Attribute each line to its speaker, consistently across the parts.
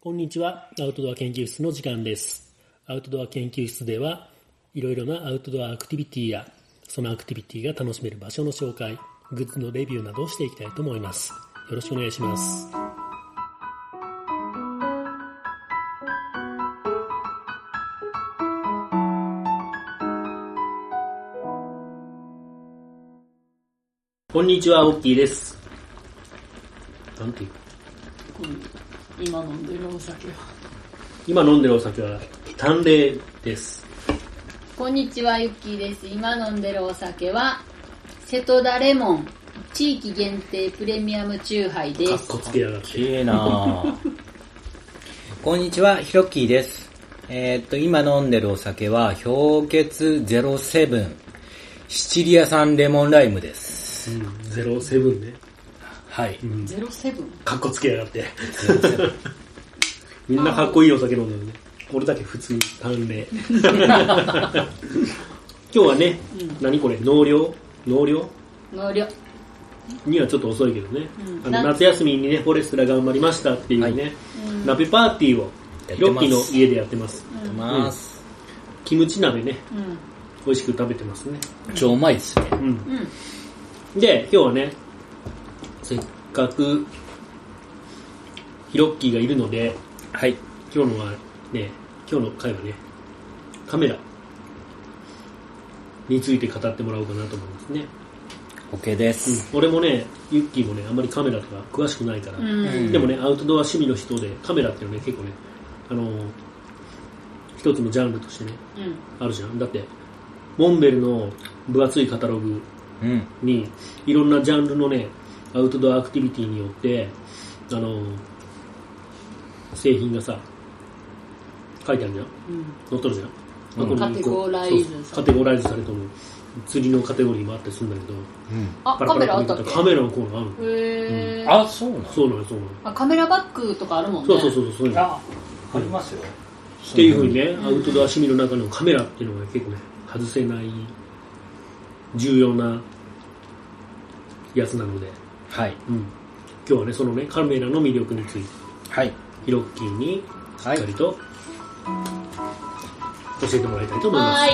Speaker 1: こんにちは。アウトドア研究室の時間です。アウトドア研究室では、いろいろなアウトドアアクティビティや、そのアクティビティが楽しめる場所の紹介、グッズのレビューなどをしていきたいと思います。よろしくお願いします。こんにちは、オッキーです。なんていう
Speaker 2: 今飲んでるお酒は。
Speaker 1: 今飲んでるお酒は淡麗です。
Speaker 2: こんにちは、ゆっきーです。今飲んでるお酒は、瀬戸田レモン、地域限定プレミアムチューハイで
Speaker 1: かっ
Speaker 2: す。
Speaker 1: こつけやがって。
Speaker 3: 綺麗なぁ こんにちは、ひろっきーです。えーっと、今飲んでるお酒は、氷結07、シチリア産レモンライムです。
Speaker 1: うん、ゼロセブンね。
Speaker 3: はい。
Speaker 2: ゼロセブン
Speaker 1: かっこつけやがって。みんなかっこいいお酒飲んでるね。俺だけ普通、淡 麗。今日はね、何これ、納涼納涼
Speaker 2: の量。
Speaker 1: にはちょっと遅いけどね。
Speaker 2: うん
Speaker 1: あ
Speaker 2: な
Speaker 1: の夏休みにね、フォレストラ頑張りましたっていうね、
Speaker 2: うん
Speaker 1: 鍋パーティーを
Speaker 3: やってます
Speaker 1: ヒロッキーの家でやってます。
Speaker 3: 出ます。
Speaker 1: キムチ鍋ね、
Speaker 2: うん。
Speaker 1: 美味しく食べてますね。
Speaker 3: 超うまいっすね。
Speaker 1: うん。
Speaker 2: うん。
Speaker 1: で、今日はね、せっかく、ヒロッキーがいるので、
Speaker 3: はい。
Speaker 1: 今日のはね、今日の回はね、カメラについて語ってもらおうかなと思いますね。
Speaker 3: OK です。
Speaker 1: 俺もね、ユッキーもね、あんまりカメラとか詳しくないから、
Speaker 2: うん。
Speaker 1: でもね、アウトドア趣味の人で、カメラっていうのはね、結構ね、あのー一つのジャンルとしてね、
Speaker 2: うん。
Speaker 1: あるじゃん。だって、モンベルの分厚いカタログ
Speaker 3: うん。
Speaker 1: にいろんなジャンルのねアウトドアアクティビティによってあの製品がさ書いてあるじゃん
Speaker 2: うん。
Speaker 1: 載っとるじゃん、
Speaker 3: うん
Speaker 1: 箱にこう
Speaker 2: カテゴライズ
Speaker 1: そうそうカテゴライズされてる釣りのカテゴリーもあったりするんだけど
Speaker 2: あ、
Speaker 1: パ
Speaker 2: カメラあ
Speaker 1: パ
Speaker 2: った
Speaker 1: 見
Speaker 2: っけ
Speaker 1: るとカメラのコーナーあるの
Speaker 2: へー
Speaker 3: あ、そうなの
Speaker 1: そうなのそうなの
Speaker 2: あ、カメラバッグとかあるもんね。
Speaker 1: そうそうそうそういうのっ
Speaker 3: あ、ありますよ。
Speaker 1: ていうふうにね、アウトドア趣味の中のカメラっていうのが結構ね外せない重要なやつなので、
Speaker 3: はい。
Speaker 1: うん、今日はねそのねカメラの魅力について
Speaker 3: はい。
Speaker 1: ヒロッキーにし
Speaker 3: は
Speaker 1: っ
Speaker 3: い
Speaker 1: かりと教えてもらいたいと思います。
Speaker 2: は
Speaker 1: は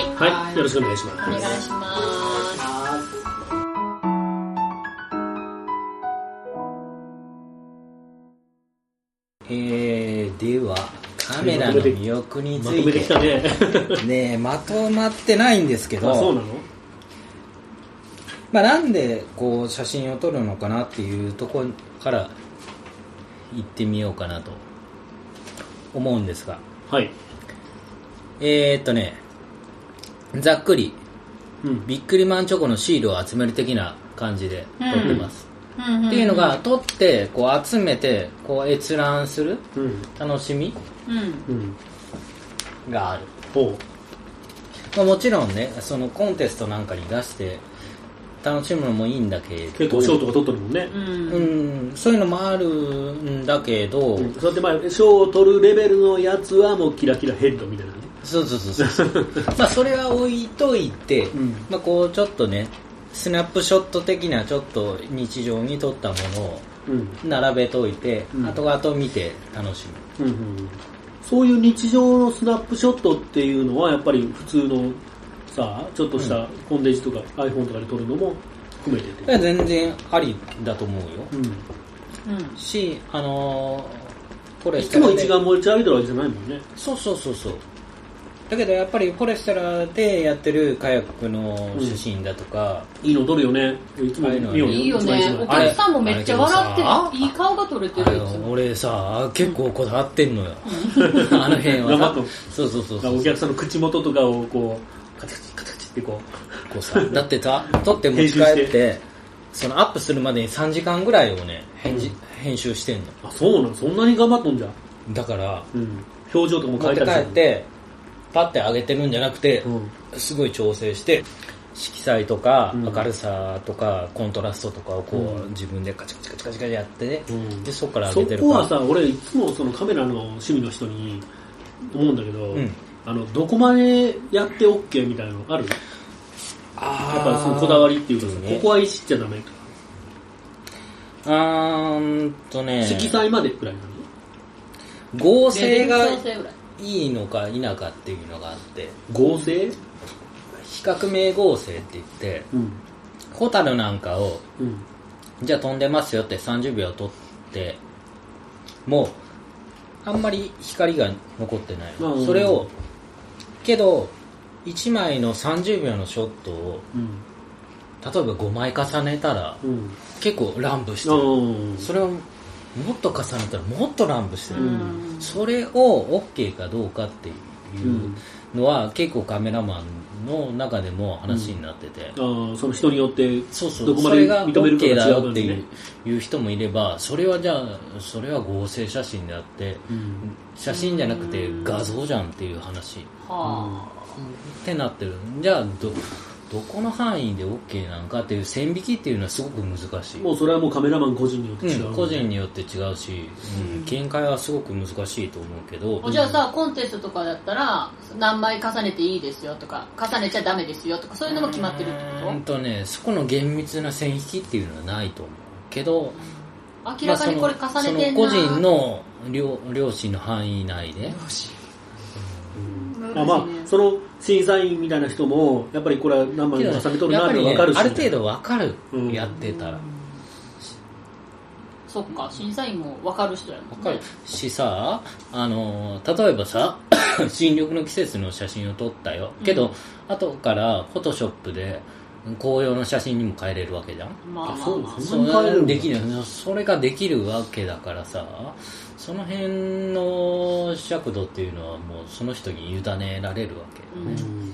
Speaker 1: いい、よろしくお願いしま
Speaker 2: お
Speaker 1: す。
Speaker 2: 願いします。
Speaker 3: えー、では、カメラの魅力につ
Speaker 1: まとめてき
Speaker 3: い
Speaker 1: たね。
Speaker 3: て、ねまとまってないんですけ
Speaker 1: あ、
Speaker 3: ど、
Speaker 1: そうなの？
Speaker 3: まあ、なんでこう写真を撮るのかなっていうところから行ってみようかなと思うんですが
Speaker 1: はい。
Speaker 3: えー、っとねざっくり
Speaker 1: うん。
Speaker 3: ビックリマンチョコのシールを集める的な感じで撮ってます、
Speaker 2: うん
Speaker 3: っていうの、が撮ってこう集めてこう閲覧する
Speaker 1: うん。
Speaker 3: 楽しみ
Speaker 2: うん。
Speaker 1: うん。
Speaker 3: がある、
Speaker 1: ほ
Speaker 3: まあ、もちろんねそのコンテストなんかに出して楽しむのもいいんだ
Speaker 1: う。
Speaker 3: けど
Speaker 1: 結構賞とか取ってるもんね。
Speaker 2: うん。
Speaker 3: うん、そういうのもあるんだけど、
Speaker 1: うんそうやってまあ賞を取るレベルのやつはもうキラキラヘッドみたいなね。
Speaker 3: そうそうそうそう まあそれは置いといて、
Speaker 1: ん
Speaker 3: まあこうちょっとねスナップショット的なちょっと日常に撮ったものを
Speaker 1: うん。
Speaker 3: 並べといて、
Speaker 1: うん
Speaker 3: 後々見て楽し
Speaker 1: うんうん。そういう日常のスナップショットっていうのはやっぱり普通のさちょっとしたコンデジとか iPhone とかで撮るのも含めて
Speaker 3: む
Speaker 1: て。
Speaker 3: だから全然ありだと思うよ
Speaker 1: うん。い
Speaker 2: うん。
Speaker 3: しあのー、これ
Speaker 1: つも一眼持ち歩いてるわけじゃないもんね。
Speaker 3: そうそうそうそうだけどやっぱりフォレスタラでやってるカヤックの写真だとか、
Speaker 1: いいの撮るよね。いつも見よう
Speaker 2: いいよ
Speaker 1: 一枚一
Speaker 2: ね。
Speaker 1: 枚
Speaker 2: お客さんもめっちゃ笑
Speaker 3: あ
Speaker 2: って
Speaker 3: れ
Speaker 2: る。いい顔が撮れて
Speaker 3: あ
Speaker 2: る。いつ
Speaker 3: の
Speaker 2: も
Speaker 3: 俺さ結構こだわってんのよ あの辺は
Speaker 1: 頑張っ
Speaker 3: さ
Speaker 1: と
Speaker 3: そうそうそうそう
Speaker 1: お客さんの口元とかをこう、カチカチカチカチってこ
Speaker 3: こうさ だってさ撮って持ち帰っ
Speaker 1: 編集
Speaker 3: て
Speaker 1: して
Speaker 3: そのアップするまでに3時間ぐらいをね編,、
Speaker 1: う
Speaker 3: 編集してんの
Speaker 1: う。あ、そうなんそんなに頑張っとんじゃん。
Speaker 3: だから
Speaker 1: うん。表情とかも変え
Speaker 3: 持っ
Speaker 1: た
Speaker 3: て帰っ
Speaker 1: りする。
Speaker 3: てパッて上げてるんじゃなくて、
Speaker 1: うん
Speaker 3: すごい調整して色彩とか
Speaker 1: うん
Speaker 3: 明るさとかコントラストとかをこう、
Speaker 1: う
Speaker 3: 自分でカチカチカチカチカチやってね、
Speaker 1: うん
Speaker 3: でそこから上
Speaker 1: そ
Speaker 3: げてる
Speaker 1: こ
Speaker 3: から
Speaker 1: はさ、俺いつもそのカメラの趣味の人に思うんだけど、
Speaker 3: うん
Speaker 1: あの、どこまでやって OK みたいなのある
Speaker 3: あー
Speaker 1: やっぱそのこだわりっていうか
Speaker 3: そう
Speaker 1: さ、
Speaker 3: ね
Speaker 1: ここはいじっちゃダメとか、
Speaker 3: あーんとね
Speaker 1: 色彩までくらいなの
Speaker 2: レ
Speaker 3: 合
Speaker 2: ベ
Speaker 3: 成
Speaker 2: ル
Speaker 3: が
Speaker 2: 調整ぐらい
Speaker 3: いいのか否かっていうのがあって
Speaker 1: 合成
Speaker 3: 比較名合成って言って
Speaker 1: うん
Speaker 3: ホタルなんかを
Speaker 1: うん
Speaker 3: じゃあ飛んでますよって30秒取ってもうあんまり光が残ってない、
Speaker 1: うん
Speaker 3: それをけど1枚の30秒のショットを
Speaker 1: うん
Speaker 3: 例えば5枚重ねたら
Speaker 1: うん
Speaker 3: 結構乱舞して
Speaker 1: う
Speaker 3: る、
Speaker 1: ん
Speaker 3: それをもっと重ねたらもっと乱舞してる、
Speaker 2: うん
Speaker 3: それを OK かどうかっていうのは結構カメラマンの中でも話になってて、
Speaker 1: ああその人によって
Speaker 3: そうそう
Speaker 1: どこま
Speaker 3: それ
Speaker 1: で
Speaker 3: が
Speaker 1: 認める
Speaker 3: OK
Speaker 1: か
Speaker 3: だ
Speaker 1: が違
Speaker 3: よ
Speaker 1: う
Speaker 3: って
Speaker 1: ん
Speaker 3: い
Speaker 1: で
Speaker 3: う,、
Speaker 1: ね
Speaker 3: いう人もいればそれはじゃあそれは合成写真であって、
Speaker 1: うん
Speaker 3: 写真じゃなくて画像じゃんっていう話っ
Speaker 2: は
Speaker 3: てなってるじゃあどどこの範囲で OK なのかっていう線引きっていうのはすごく難しい
Speaker 1: もうそれはもうカメラマン個人によって
Speaker 3: う
Speaker 1: 違う、
Speaker 3: ん、個人によって違うし、うん、見解はすごく難しいと思うけど
Speaker 2: あ、じゃあさコンテストとかだったら何枚重ねていいですよとか重ねちゃダメですよとかそういうのも決まってるってこ
Speaker 3: うんとねそこの厳密な線引きっていうのはないと思うけど
Speaker 2: と明らかにこれ重
Speaker 3: まあ
Speaker 2: ね
Speaker 3: その
Speaker 2: てんな
Speaker 3: その個人の両両親の範囲内で
Speaker 1: あまあその審査員みたいな人もやっぱりこれは何枚
Speaker 3: け
Speaker 1: も
Speaker 3: ど
Speaker 1: 重ねとる
Speaker 3: やっ
Speaker 1: な
Speaker 3: ぱ
Speaker 1: って
Speaker 3: り、
Speaker 1: 分
Speaker 3: ね、
Speaker 1: かるし、
Speaker 3: ある程度分かる、
Speaker 1: うん
Speaker 3: やってたら
Speaker 2: そっか審査員も分かる人やもん、ね、
Speaker 3: 分かるしさあの例えばさ 新緑の季節の写真を撮ったよけど、後からフォトショップで紅葉の写真にも変えれるわけじゃん
Speaker 2: まあまあ、まあ、
Speaker 1: あそうなん
Speaker 3: そ
Speaker 1: そんなに変えれるんだ
Speaker 3: できるそれができるわけだからさその辺の尺度っていうのはもうその人に委ねられるわけよね、
Speaker 1: うん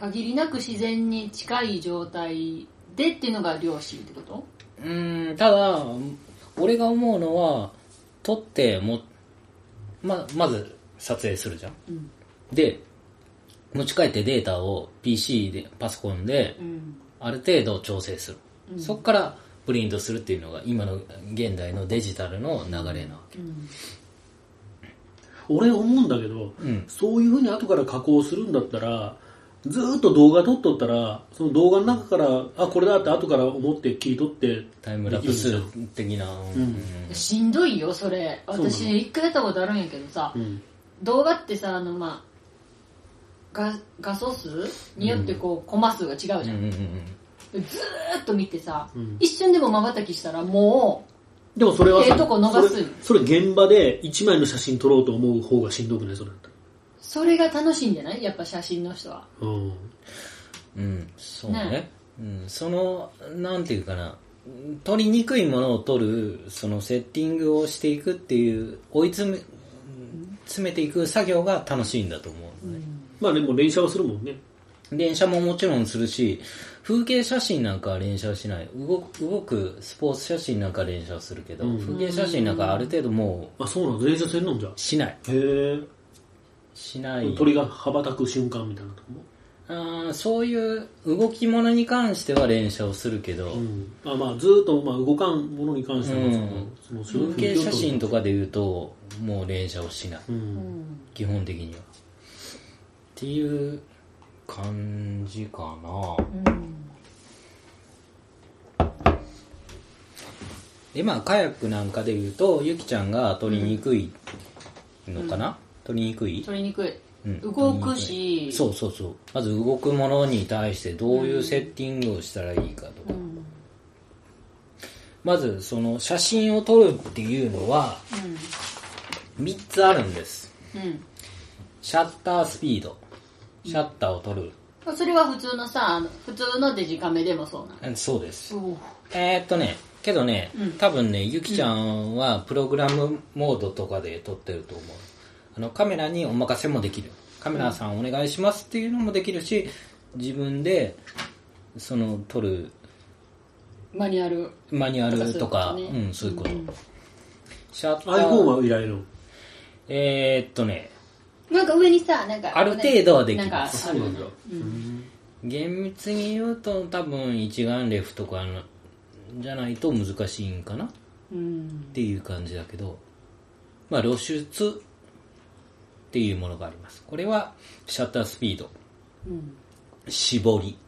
Speaker 2: 限りなく自然に近い状態でっていうのが両親ってこと
Speaker 3: うーんただ俺が思うのは撮ってもままず撮影するじゃん、
Speaker 2: ん
Speaker 3: で持ち帰ってデータを PC でパソコンで
Speaker 2: うん
Speaker 3: ある程度調整する、そこからプリントするっていうのが今の現代のデジタルの流れなわけ、
Speaker 1: 俺思うんだけど、
Speaker 3: ん
Speaker 1: そういうふうに後から加工するんだったらずーっと動画撮っとったらその動画の中からあこれだって後から思って切り取って
Speaker 3: タイムラプス的な、うん
Speaker 2: しんどいよそれ
Speaker 1: そうなの
Speaker 2: 私一回やったことあるんやけどさ、
Speaker 1: うん
Speaker 2: 動画ってさあのまあ画画素数によってこう、コマ数が違うじゃん、
Speaker 3: うんうんうん
Speaker 2: ずーっと見てさ、
Speaker 1: ん
Speaker 2: 一瞬でも瞬きしたらも
Speaker 1: でもそれは
Speaker 2: ええとこ逃す
Speaker 1: それそれ現場で1枚の写真撮ろうと思う方がしんどくないそれだった
Speaker 2: うそれが楽しいんじゃないやっぱ写真の人は
Speaker 1: らうん
Speaker 3: うん、そうね
Speaker 2: ね
Speaker 3: うん、そのなんていうかな取りにくいものを取るそのセッティングをしていくっていう追い詰め詰めていく作業が楽しいんだと思うのね、
Speaker 1: まあでも連写はするもんね
Speaker 3: 連写ももちろんするし風景写真なんかは連写はしない動く動くスポーツ写真なんかは連写はするけど、
Speaker 1: うん
Speaker 3: 風景写真なんかはある程度も
Speaker 1: あそうなの連写せんのんじゃ
Speaker 3: うしない
Speaker 1: へ
Speaker 3: しない
Speaker 1: え鳥が羽ばたく瞬間みたいなとこも
Speaker 3: あーそういう動きものに関しては連写をするけど、
Speaker 1: うんあまあ、ずーっと、まあ、動かんものに関しては、
Speaker 3: うん
Speaker 1: そのその
Speaker 3: 風景写真とかで言うともう連写をしない、
Speaker 1: うん
Speaker 3: 基本的にはっていう感じかなでまあカヤックなんかで言うとゆきちゃんが撮りにくいのかな、撮りにくい
Speaker 2: 撮りにくい、
Speaker 3: うん
Speaker 2: 動くし
Speaker 3: そうそうそうまず動くものに対してどういうセッティングをしたらいいかとか、
Speaker 2: ん
Speaker 3: まずその写真を撮るっていうのは3つあるんです
Speaker 2: うん、
Speaker 3: シャッタースピードシャッターを撮る、
Speaker 2: うん、それは普通のさあの普通のデジカメでもそうな
Speaker 3: うんそうです
Speaker 2: の
Speaker 3: えーっとね、けどね、
Speaker 2: うん
Speaker 3: 多分ね、ゆきちゃんはプログラムモードとかで撮ってると思う。あの、カメラにお任せもできる。カメラさんお願いしますっていうのもできるし、自分で、その、撮る
Speaker 2: マニュアル
Speaker 3: マニュアルとか、
Speaker 2: そういうこと
Speaker 3: う
Speaker 2: ね
Speaker 3: ん、そういうこと。シャッター、
Speaker 1: iPhone は依頼の。
Speaker 3: えーっとね、
Speaker 2: なんか上にさなんか
Speaker 3: ある程度はでき
Speaker 2: なんか
Speaker 3: ます
Speaker 2: あるよね
Speaker 3: 厳密に言うと多分一眼レフとかのじゃないと難しいんかな
Speaker 2: うん
Speaker 3: っていう感じだけど、まあ、露出っていうものがあります。これは、シャッタースピード、
Speaker 2: うん
Speaker 3: 絞り、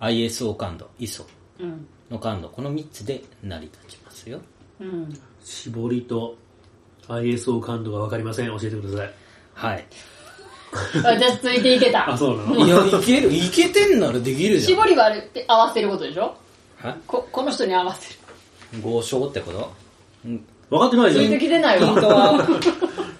Speaker 3: ISO 感度、ISO
Speaker 2: うん
Speaker 3: の感度、この3つで成り立ちますよ。
Speaker 2: うん
Speaker 1: 絞りと、 ISO 感度がわかりません。教えてください。
Speaker 3: はい。
Speaker 2: 私ついていけた
Speaker 1: あ、。そうなの
Speaker 3: いや、いける、いけてんならできるじゃん。
Speaker 2: 絞り割るって合わせることでしょ
Speaker 3: は
Speaker 2: ここの人に合わせる。
Speaker 3: 合唱ってことうん
Speaker 1: 分かってない
Speaker 2: つい
Speaker 1: じゃ
Speaker 2: て
Speaker 1: ん。
Speaker 2: きてない
Speaker 3: ポイント
Speaker 2: わ。
Speaker 3: は、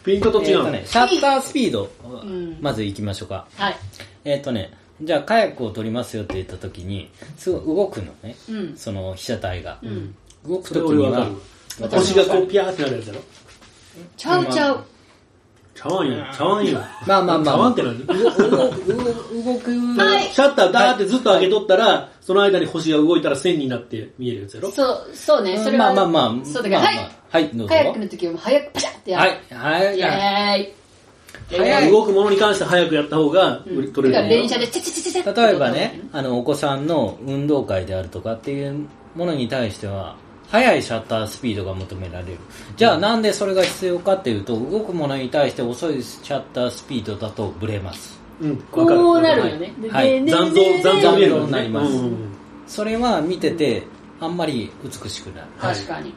Speaker 1: ピントと違
Speaker 3: え
Speaker 1: う
Speaker 3: ー
Speaker 1: の。
Speaker 3: とね、シャッタースピード、
Speaker 2: ん
Speaker 3: まず行きましょうか。
Speaker 2: はい。
Speaker 3: えっ、とね、じゃあ、火薬を取りますよって言った時に、すごい動くのね、
Speaker 2: うん
Speaker 3: その被写体が。
Speaker 2: うん。
Speaker 3: 動く
Speaker 1: それ
Speaker 3: 時
Speaker 1: 俺
Speaker 3: に
Speaker 1: 分か
Speaker 3: は
Speaker 1: る、。
Speaker 2: わかる
Speaker 1: 星がこうピャーってなるやつだろ。
Speaker 2: ちゃうちゃう。
Speaker 1: 茶碗や、茶碗や。
Speaker 3: まあまあまあ
Speaker 1: 茶碗ってなんだよ
Speaker 3: 動く、動く、
Speaker 2: はい
Speaker 1: シャッターダーってずっと上げとったら、その間に星が動いたら線になって見えるやつやろ。
Speaker 2: そう、そうね。それ
Speaker 3: ま
Speaker 2: は。
Speaker 3: あまあまあ、
Speaker 2: そうだから、
Speaker 3: まあまあはい、どうぞ。
Speaker 2: 早くの時は早くパシャってや
Speaker 3: は
Speaker 2: る。
Speaker 3: い、はい、
Speaker 2: イェーイ。
Speaker 3: 早い
Speaker 1: 動くものに関して早くやった方が
Speaker 2: う
Speaker 1: 取
Speaker 2: ん、て
Speaker 1: れ
Speaker 2: か
Speaker 1: るんだよ
Speaker 2: 電車でチャチャチャチャチャって
Speaker 3: 例えばね、あの、お子さんの運動会であるとかっていうものに対しては、速いシャッタースピードが求められる。じゃあなんでそれが必要かっていうと、動くものに対して遅いシャッタースピードだとブレます。
Speaker 1: うん、わかる
Speaker 2: こうなるよね。
Speaker 3: はい
Speaker 2: でで
Speaker 1: 残
Speaker 2: で
Speaker 1: 像、残
Speaker 2: で
Speaker 1: 像見えるもんね
Speaker 3: 残像になります
Speaker 1: うんうんうん
Speaker 3: それは見てて、あんまり美しくない。
Speaker 1: はい
Speaker 2: 確かに。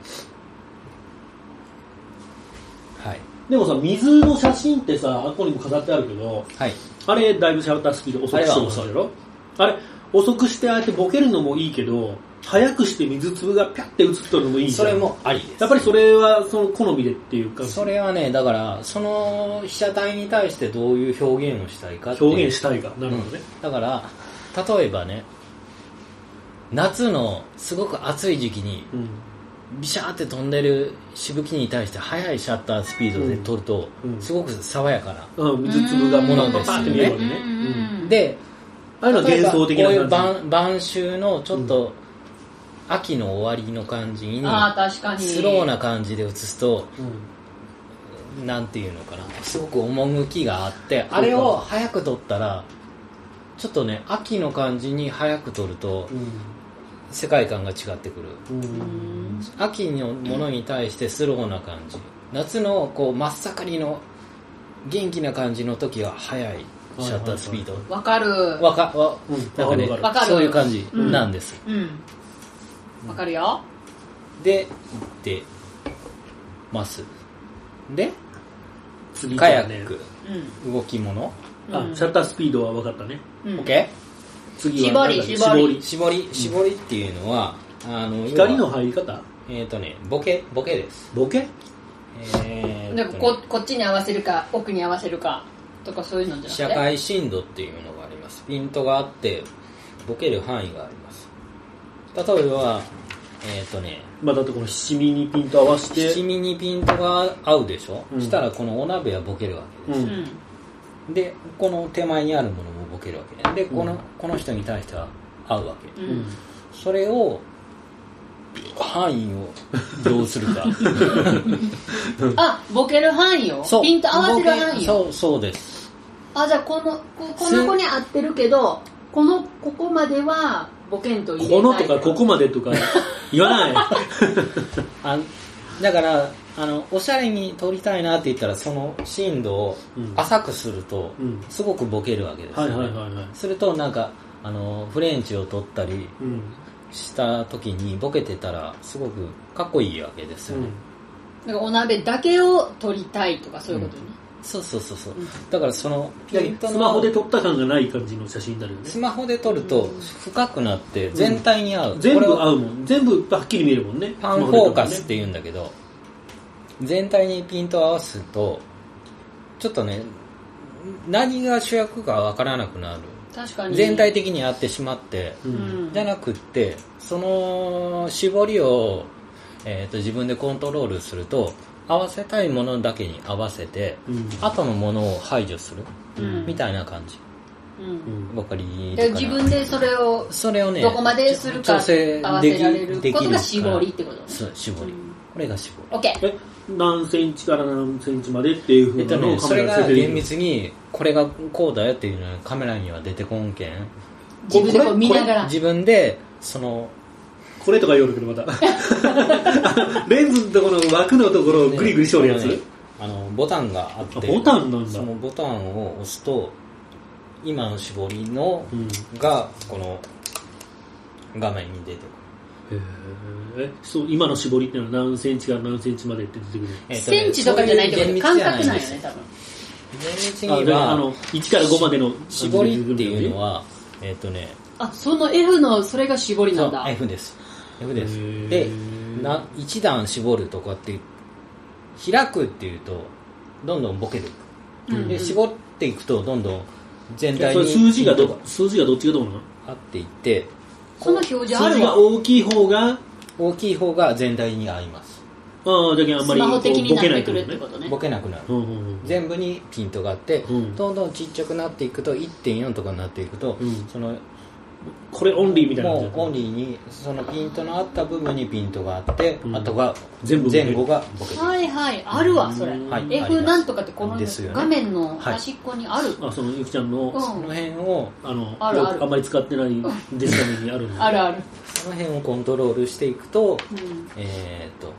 Speaker 3: はい。
Speaker 1: でもさ、水の写真ってさ、あっこにも飾ってあるけど、
Speaker 3: はい。
Speaker 1: あれ、だいぶシャッタースピード遅くしてますやろあれ、遅くしてああえてボケるのもいいけど、早くして水粒がピャって映っとるのもいいじ
Speaker 3: そ
Speaker 1: ゃん。
Speaker 3: れ。もありです。
Speaker 1: やっぱりそれは、その好みでっていうか、
Speaker 3: それはね、だから、その被写体に対してどういう表現をしたいかっていう。
Speaker 1: 表現したいが。なるほどね。
Speaker 3: だから、例えばね、夏のすごく暑い時期に
Speaker 1: うん。
Speaker 3: ビシャーって飛んでるしぶきに対して速いシャッタースピードで撮ると、
Speaker 1: うんうん
Speaker 3: すごく爽やかな。
Speaker 1: うん、水粒がものがパーって見えるわけね。
Speaker 2: う
Speaker 1: うん
Speaker 2: ん。
Speaker 3: で、
Speaker 1: ああいうのは
Speaker 3: 例えば
Speaker 1: 幻想的
Speaker 3: こういう
Speaker 1: な感
Speaker 3: 晩晩秋のちょっと秋の終わりの感じに、
Speaker 2: ああ、確かに。
Speaker 3: スローな感じで映すと、
Speaker 1: じ。うん
Speaker 3: なんていうのかな、すごく趣があって、あれを早く撮ったら、ちょっとね、秋の感じに早く撮ると、世界観が違ってくる。
Speaker 1: うん。う。
Speaker 2: うんん。
Speaker 3: 秋のものに対してスローな感じ夏のこう真っ盛りの元気な感じの時は速いシャッタースピード
Speaker 2: わかる。
Speaker 3: わかわ
Speaker 1: うん
Speaker 3: なんかね
Speaker 1: わ
Speaker 2: かる
Speaker 3: そういう感じなんです、
Speaker 2: うん。わかるよ。
Speaker 3: で行ってますで
Speaker 1: 次
Speaker 3: カ
Speaker 1: だ
Speaker 3: ヤ
Speaker 1: ね
Speaker 3: ック
Speaker 2: う
Speaker 3: 動き物
Speaker 2: ん。
Speaker 1: あ、シャッタースピードは分かったね。
Speaker 2: うん。
Speaker 3: OK
Speaker 1: 次はなんだっけ
Speaker 2: 絞り絞り
Speaker 3: 絞り絞りっていうのはあの
Speaker 1: 光の
Speaker 3: 要は
Speaker 1: 入り方
Speaker 3: えっ、とねボケボケです
Speaker 1: ボケ
Speaker 3: えー
Speaker 2: なんか
Speaker 3: とね
Speaker 2: こ、こっちに合わせるか、奥に合わせるか、とかそういうのじゃ
Speaker 3: 社
Speaker 2: なくて。
Speaker 3: 会深度っていうものがありますピントがあってボケる範囲があります例えばえっ、とね
Speaker 1: まあだってこの七味にピント合わせて。
Speaker 3: 七味にピントが合うでしょ、
Speaker 1: うん
Speaker 3: したらこのお鍋はボケるわけ
Speaker 1: う
Speaker 3: です、
Speaker 1: ん。
Speaker 3: でこの手前にあるものもボケるわけねでこの,、
Speaker 1: うん
Speaker 3: この人に対しては合うわけ
Speaker 2: うん。う
Speaker 1: うん
Speaker 2: ん。
Speaker 3: それを範囲をどうするか
Speaker 2: あ、ボケる範囲よ。
Speaker 3: そう
Speaker 2: ピンと合わせる範
Speaker 3: ボケ
Speaker 2: 囲よ。
Speaker 3: そうそうです
Speaker 2: あ、じゃあこの、ここの子に合ってるけど、この、ここまでは、ボケんと入れ
Speaker 1: この
Speaker 2: ない。
Speaker 1: とかここまでとか言わない。
Speaker 3: あだからあのおしゃれに撮りたいなって言ったらその深度を
Speaker 1: うん
Speaker 3: 浅くすると、
Speaker 1: うん
Speaker 3: すごくボケるわけです
Speaker 1: はい
Speaker 3: よね、
Speaker 1: はいはいはい。
Speaker 3: するとなんかあのフレンチを撮ったり
Speaker 1: うん。
Speaker 3: した時にボケてたらすごくかっこいいわけですよね、
Speaker 2: なんかお鍋だけを取りたいとかそういうことね。
Speaker 3: そうそうそうそう
Speaker 2: うん
Speaker 3: だからそのピントの
Speaker 1: スマホで撮った感がない感じの写真になるよね
Speaker 3: ス。マホで撮ると深くなって全体に合う、
Speaker 1: 全部
Speaker 3: これを
Speaker 1: 合うもん。全部はっきり見えるもんね。
Speaker 3: パンフォーカスって言うんだけど全体にピントを合わすとちょっとね何が主役かわからなくなる
Speaker 2: 確かに。
Speaker 3: 全体的に合ってしまって、
Speaker 1: スマホで撮るとね。うん。
Speaker 2: うん
Speaker 3: じゃなくってその絞りを、えー、と自分でコントロールすると合わせたいものだけに合わせて、
Speaker 1: うん
Speaker 3: 後のものを排除する、
Speaker 2: うん
Speaker 3: みたいな感じ
Speaker 2: うん
Speaker 3: ばかり
Speaker 2: で自分でそれを
Speaker 3: それをね
Speaker 2: どこまでする
Speaker 3: 調
Speaker 2: か
Speaker 3: 整
Speaker 2: 合わ
Speaker 3: で
Speaker 2: せ
Speaker 3: き
Speaker 2: られる
Speaker 3: で
Speaker 2: こと
Speaker 3: きるか
Speaker 2: が
Speaker 3: ら
Speaker 2: 絞りってことね。
Speaker 3: そう絞り、
Speaker 2: うん
Speaker 3: これが絞り
Speaker 2: オッケー。
Speaker 1: え、何センチから何センチまでっていう風
Speaker 3: えっと
Speaker 1: なのを
Speaker 3: ね、
Speaker 1: カ
Speaker 3: そ
Speaker 1: メ
Speaker 3: れ
Speaker 1: ラ
Speaker 3: が
Speaker 1: で
Speaker 3: 厳密にこれがこうだよっていうのはカメラには出てこんけん
Speaker 2: 自分でこう見ながら。
Speaker 3: 自分でその
Speaker 1: これとか言うけどまた。 レンズのところの枠のところをグリグリしとるや
Speaker 3: ね
Speaker 1: つ。
Speaker 3: あのボタンがあって
Speaker 1: あボタンなんだ
Speaker 3: そのボタンを押すと今の絞りの、
Speaker 1: うん
Speaker 3: がこの画面に出てくる
Speaker 1: えそう今の絞りっていうのは何センチから何センチまでって出てくる
Speaker 3: えっとね
Speaker 2: センチとかじゃないってこと
Speaker 3: そうう
Speaker 2: 感
Speaker 3: 厳密じゃ
Speaker 2: 覚なんよ
Speaker 3: です
Speaker 2: ね、多分。
Speaker 3: 厳
Speaker 1: あ
Speaker 3: 密
Speaker 1: で
Speaker 3: に
Speaker 1: あ
Speaker 3: は
Speaker 1: の1から5までの
Speaker 3: 絞りっていうのはえっとね
Speaker 2: あ、その F の、それが絞りなん
Speaker 3: そう
Speaker 2: だ。
Speaker 3: F です F で
Speaker 1: へ
Speaker 3: す
Speaker 1: ー
Speaker 3: でな一段絞るとかって開くっていうとどんどんボケていく、
Speaker 2: うん
Speaker 3: で絞っていくとどんどん全体
Speaker 1: そ
Speaker 3: に
Speaker 1: れ数字がど数字がどっちがどうなの
Speaker 3: 合っていって
Speaker 2: その表示あ
Speaker 1: 数字
Speaker 2: る
Speaker 1: が
Speaker 2: わ。
Speaker 1: 大きい方が
Speaker 3: 大きい方が全体に合います
Speaker 1: ああだけどあん
Speaker 2: ス
Speaker 1: まり
Speaker 2: マホ
Speaker 1: こ
Speaker 2: 的
Speaker 1: う
Speaker 2: に
Speaker 1: ボ
Speaker 2: なっ
Speaker 1: ケない
Speaker 2: て
Speaker 1: って
Speaker 2: く
Speaker 1: こ
Speaker 2: るっ
Speaker 1: とね
Speaker 2: てことね
Speaker 3: ボ。ケなくなる、
Speaker 1: うんうんうん
Speaker 3: 全部にピントがあって、
Speaker 1: うん
Speaker 3: どんどんちっちゃくなっていくと1.4とかになっていくと、
Speaker 1: うん
Speaker 3: その
Speaker 1: これオンリーみたいな
Speaker 3: もうオン
Speaker 1: リ
Speaker 3: リーにそのピントの合った部分にピントがあって、
Speaker 1: うん
Speaker 3: あとが
Speaker 1: 全部ボケる
Speaker 3: 前後がボケてる
Speaker 2: はいはい、あるわ、それ。
Speaker 1: うん
Speaker 3: はい
Speaker 2: F なんとかってこの
Speaker 3: ですよね
Speaker 2: 画面の端っこにある。
Speaker 1: あそのゆきちゃんの、
Speaker 2: うん
Speaker 3: その辺を
Speaker 1: あの
Speaker 2: あるある
Speaker 1: んまり使ってないデジタルにあるの
Speaker 2: あるある。
Speaker 3: その辺をコントロールしていくと、
Speaker 2: うん
Speaker 3: えー、と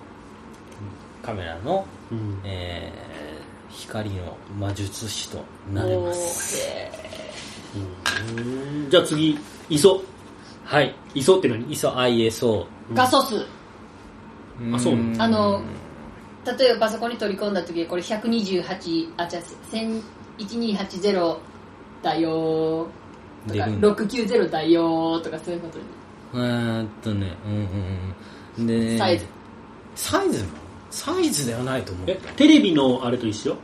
Speaker 3: カメラの、
Speaker 1: うん
Speaker 3: えー光の魔術師となれます
Speaker 1: じゃあ次 ISO
Speaker 3: はい
Speaker 1: ISO って何
Speaker 3: ISO、ISO
Speaker 2: 画素数。
Speaker 1: あそうなの
Speaker 3: ん
Speaker 2: あの、例えばパソコンに取り込んだ時これ128、あ、じゃあ、1000 1280だよーと
Speaker 3: 出
Speaker 2: か、
Speaker 3: るん
Speaker 2: 690だよーとかそういうことに。
Speaker 3: うーんとねうんうんうんで
Speaker 2: サイズ
Speaker 3: サイズなのサイズではないと思う
Speaker 1: えテレビのあれと一緒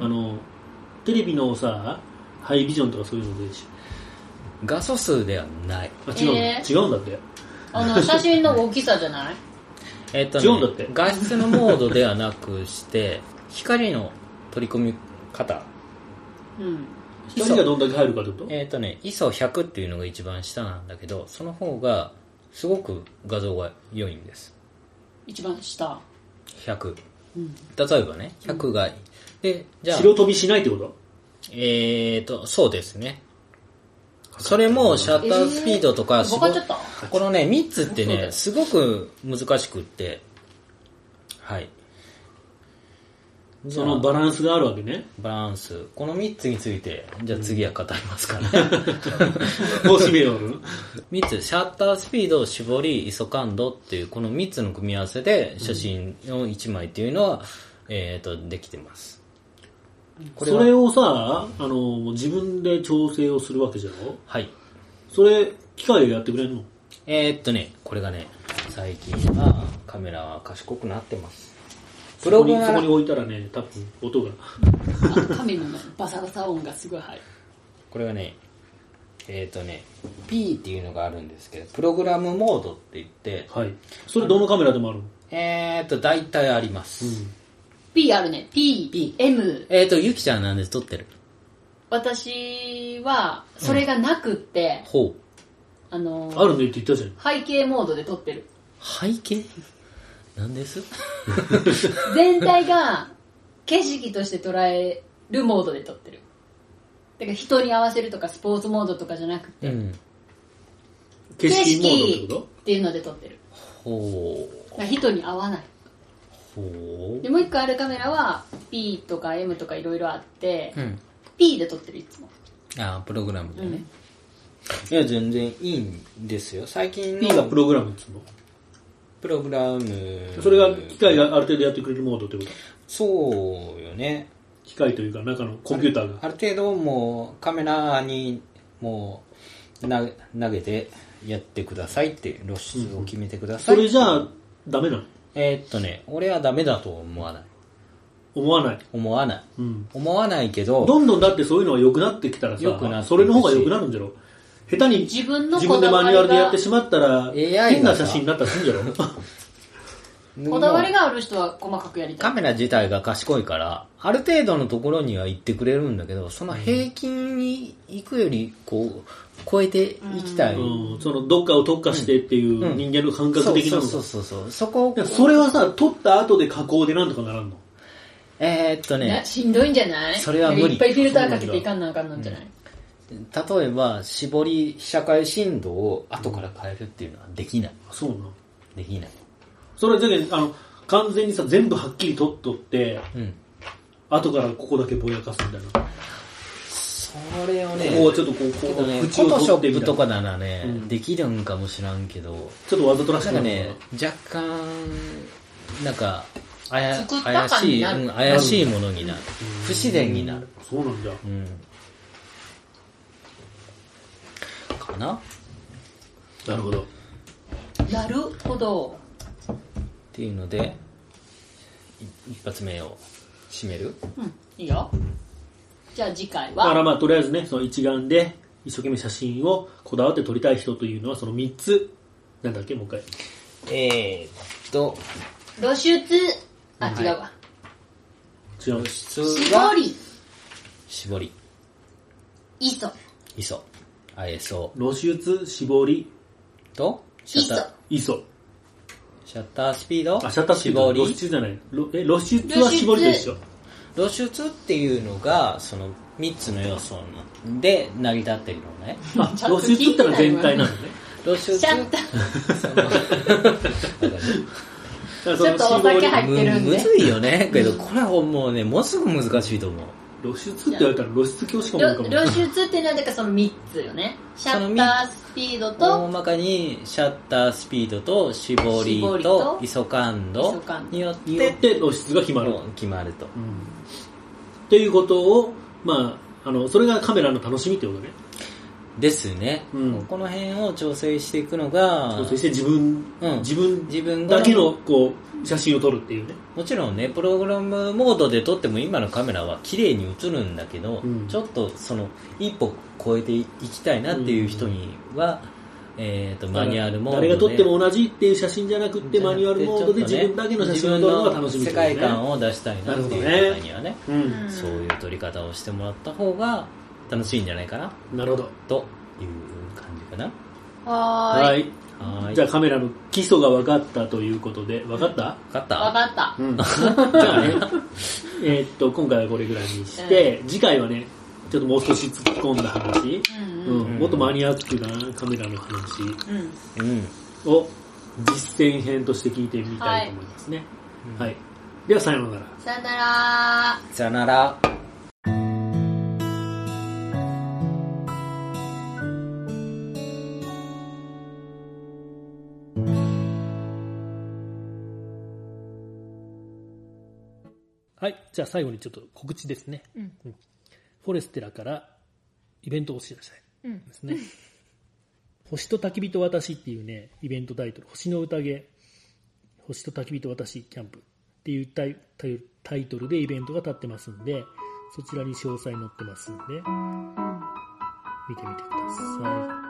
Speaker 1: あのテレビのさハイビジョンとかそういうのと一緒
Speaker 3: 画素数ではない
Speaker 1: あ違うの、
Speaker 2: えー
Speaker 1: 違うんだって
Speaker 2: あ の、写真の大きさじゃない
Speaker 3: えっと
Speaker 1: 違うんだって
Speaker 3: 画質のモードではなくして光の取り込み方
Speaker 2: うん。
Speaker 1: 光がどんだけ入るかってこと
Speaker 3: えっ、とね ISO100 っていうのが一番下なんだけどその方がすごく画像が良いんです
Speaker 2: 一番下。
Speaker 3: 100
Speaker 2: うん。
Speaker 3: 例えばね100がいいでじゃあ
Speaker 1: 白飛びしないってこと
Speaker 3: えっ、とそうですねそれもシャッタースピードと
Speaker 2: え
Speaker 3: か
Speaker 2: ー
Speaker 3: すご
Speaker 2: わか
Speaker 3: い
Speaker 2: っちゃった
Speaker 3: このね3つって
Speaker 2: そうだ
Speaker 3: ね
Speaker 2: よ
Speaker 3: すごく難しくってはい
Speaker 1: そのバランスがあるわけ ね
Speaker 3: バランスこの3つについてじゃあ次は語りますからね
Speaker 1: こう締めよう
Speaker 3: 3つシャッタースピード絞り ISO 感度っていうこの3つの組み合わせで写真の1枚っていうのは、えっ、とできてますこれは
Speaker 1: それをさあの自分で調整をするわけじゃろ
Speaker 3: はい
Speaker 1: それ機械でやってくれるの
Speaker 3: えーっとね、これがね、最近はカメラは賢くなってます。ブログ
Speaker 1: そこにそこ
Speaker 3: は
Speaker 1: に、置いたらね多分音が
Speaker 2: あの神のバサバサ音がすごい入る。
Speaker 3: これがね、えーっとね、P っていうのがあるんですけど、プログラムモードって言って、
Speaker 1: はいそれどのカメラでもあるの
Speaker 3: えーっと、大体あります。
Speaker 2: P あるね。P、
Speaker 3: P
Speaker 2: M。
Speaker 3: えーっと、ゆきちゃんなんで撮ってる
Speaker 2: 私は、それがなくって、
Speaker 3: ほう。
Speaker 2: あのー
Speaker 1: あるねって言ったじゃん
Speaker 2: 背景モードで撮ってる。
Speaker 3: 背景なんです
Speaker 2: 全体が景色として捉えるモードで撮ってる。だから人に合わせるとかスポーツモードとかじゃなくて、
Speaker 3: うん。
Speaker 1: 景色モードってこ
Speaker 2: 景色っていうので撮ってる。
Speaker 3: ほ
Speaker 2: だから人に合わない。
Speaker 3: う。ほ
Speaker 2: で、もう一個あるカメラは P とか M とかいろいろあって、
Speaker 3: う。うん。
Speaker 2: P で撮ってるいつも。
Speaker 3: あープログラムでね。いや、全然いいんですよ。最近
Speaker 1: と P が
Speaker 3: の
Speaker 1: プログラムっつうの
Speaker 3: プログラム。
Speaker 1: それが機械がある程度やってくれるモードってこと
Speaker 3: そうよね。
Speaker 1: 機械というか中のコンピューターが
Speaker 3: ある程度もうカメラにもうな投げてやってくださいって露出を決めてくださ
Speaker 1: そ
Speaker 3: い。
Speaker 1: れじゃあダメなの
Speaker 3: えーっとね、俺はダメだと思わない。
Speaker 1: 思わない、
Speaker 3: 思わない。
Speaker 1: うん、
Speaker 3: 思わないけど、
Speaker 1: どんどんだってそういうのが良くなってきたらさ
Speaker 3: 良くなってくし
Speaker 1: それの方が良くなるんじゃろ下手に
Speaker 2: 自分の
Speaker 1: 自
Speaker 2: こ
Speaker 1: 分で
Speaker 2: だわ
Speaker 1: マ
Speaker 2: りが
Speaker 1: ニュアルでやってしまったら
Speaker 3: AI が
Speaker 1: 変な写真になったらするんじゃろ
Speaker 2: こだわりがある人は細かくやりた
Speaker 3: カ
Speaker 2: い。
Speaker 3: メラ自体が賢いから、ある程度のところには行ってくれるんだけど、その平均に行くより、こう、超えていきたい。
Speaker 1: うん、そのどっかを特化してっていう人間の感覚
Speaker 3: そう
Speaker 1: 的な
Speaker 3: そ
Speaker 1: の
Speaker 3: うそう
Speaker 1: い
Speaker 3: そうそう。そこを
Speaker 1: や、それはさ撮った後で加工でなんとかならんの
Speaker 3: えーっとね
Speaker 2: な、しんどいんじゃない
Speaker 3: それは無理
Speaker 2: いっぱいフィルターかけていかんなあかんのんじゃない、
Speaker 3: 例えば絞り社会振動を後から変えるっていうのはできない
Speaker 1: そうなの
Speaker 3: できない
Speaker 1: それじゃけんあの完全にさ全部はっきり撮っとって
Speaker 3: うん
Speaker 1: 後からここだけぼやかすみたいな
Speaker 3: そこれをね、
Speaker 1: ここをちょっとこう、
Speaker 3: け
Speaker 1: こ
Speaker 3: どね、
Speaker 1: う、
Speaker 3: フ
Speaker 1: 口
Speaker 3: ォトショ
Speaker 1: を取
Speaker 3: ッ
Speaker 1: ってみ
Speaker 3: プ
Speaker 1: た
Speaker 3: と
Speaker 1: い
Speaker 3: か
Speaker 1: な。
Speaker 3: ならね、
Speaker 1: うん
Speaker 3: できるんかもしらんけど、
Speaker 1: ちょっとわざとらし
Speaker 3: ないん
Speaker 1: の
Speaker 3: か
Speaker 1: かな
Speaker 3: ね、若干、なんか、あや
Speaker 2: 作った
Speaker 3: 怪
Speaker 2: 感
Speaker 3: し
Speaker 2: に
Speaker 3: い、
Speaker 2: なる
Speaker 3: うん怪しいものになる。不自然になる。
Speaker 1: そうなんだ。
Speaker 3: うん。かな
Speaker 1: なるほど。
Speaker 2: なるほど。
Speaker 3: っていうので、い一発目を締める
Speaker 2: うん、いいよ。じゃあ次回
Speaker 1: だから
Speaker 2: は、
Speaker 1: まあ、とりあえずね、その一眼で、一生懸命写真をこだわって撮りたい人というのは、その3つ、なんだっけ、もう一回。
Speaker 3: えー、っと、
Speaker 2: 露出、あ、
Speaker 3: はい
Speaker 2: 違うわ。
Speaker 1: 違う
Speaker 3: 露。出
Speaker 2: 絞
Speaker 3: は、
Speaker 2: り、
Speaker 3: 絞り、
Speaker 2: 磯、
Speaker 3: ISO、ISO
Speaker 1: 露出、絞り、
Speaker 3: と、シャッター
Speaker 2: ISO、
Speaker 1: ISO。
Speaker 3: シャッタースピード、
Speaker 1: あ、シャッタースピード
Speaker 3: 絞り
Speaker 1: 露出じゃない。ろえ、露出は絞りでしょ。
Speaker 3: 露出っていうのがその3つの要素で成り立ってるのね
Speaker 1: あ、
Speaker 2: ちゃんと
Speaker 1: 露出って言ったら全体なのね。
Speaker 3: 露出
Speaker 2: シャッタ ー。
Speaker 3: そのわ
Speaker 1: ちょ
Speaker 2: ちょっとお酒入
Speaker 3: か
Speaker 2: っ
Speaker 3: る
Speaker 2: てるん
Speaker 3: むむ
Speaker 2: で。
Speaker 3: ずいよねけどこれはもうねもうすぐ難しいと思う
Speaker 1: 露出って言われたら露出教師かもいいかも
Speaker 2: 露
Speaker 1: ね。
Speaker 2: 露出ってなんだかその3つよね。シャッタースピード
Speaker 3: 大
Speaker 2: と、
Speaker 3: まかにシャッタースピードと絞り
Speaker 2: 絞り
Speaker 3: と
Speaker 2: と
Speaker 3: ISO 感
Speaker 2: イソ
Speaker 3: 度
Speaker 2: 感度
Speaker 3: によっ
Speaker 1: によってて露出が決まる。
Speaker 3: もう決まると
Speaker 1: うんっていうことを、まあ、あの、それがカメラの楽しみってことね。
Speaker 3: ですね、
Speaker 1: うん
Speaker 3: この辺を調整していくのが
Speaker 1: そして自分、
Speaker 3: うん
Speaker 1: 自分
Speaker 3: 自分が
Speaker 1: だけの、こう、写真を撮るっていうね。
Speaker 3: もちろんね、プログラムモードで撮っても今のカメラは綺麗に映るんだけど、
Speaker 1: うん
Speaker 3: ちょっとその一歩超えていきたいなっていう人には、えっ、と、マニュアルモードで。
Speaker 1: 誰が撮っても同じっていう写真じゃなくって、マニュアルモードで
Speaker 3: ち
Speaker 1: 自
Speaker 3: ょっとね
Speaker 1: 分だけの写真を撮るのが楽しみ
Speaker 3: 自
Speaker 1: って
Speaker 3: 分
Speaker 1: ことね
Speaker 3: の世界観を出したいなっていう方にはね、
Speaker 1: うん。
Speaker 2: うん
Speaker 3: そういう撮り方をしてもらった方が楽しいんじゃないかな、
Speaker 1: なるほど。
Speaker 3: という感じかな。
Speaker 2: は
Speaker 1: は
Speaker 2: ーい。
Speaker 1: い。
Speaker 3: はーい。
Speaker 1: じゃあ
Speaker 3: わ
Speaker 1: カメラの基礎が分かったということで、分かった
Speaker 3: かった
Speaker 2: わかった。
Speaker 1: うん。じゃあね、 えーっと、今回はこれぐらいにして、次回はね、ちょっともう少し突っ込んだ話、
Speaker 2: う
Speaker 1: う
Speaker 2: んうんん。
Speaker 1: もっとマニアックなカメラの話
Speaker 2: うん。
Speaker 3: うん。
Speaker 1: を実践編として聞いてみたいと思いますね。はい。では、さようなら。
Speaker 2: さよなら
Speaker 3: さよなら。
Speaker 4: はい、じゃあ最後にちょっと告知ですね。
Speaker 5: ん
Speaker 4: うんフォレステラからイベントをお知らせですね。星と焚き火と私っていうね、イベントタイトル、星の宴、星と焚き火と私キャンプっていうタイタイタイトルでイベントが立ってますんで、そちらに詳細載ってますんで、見てみてください。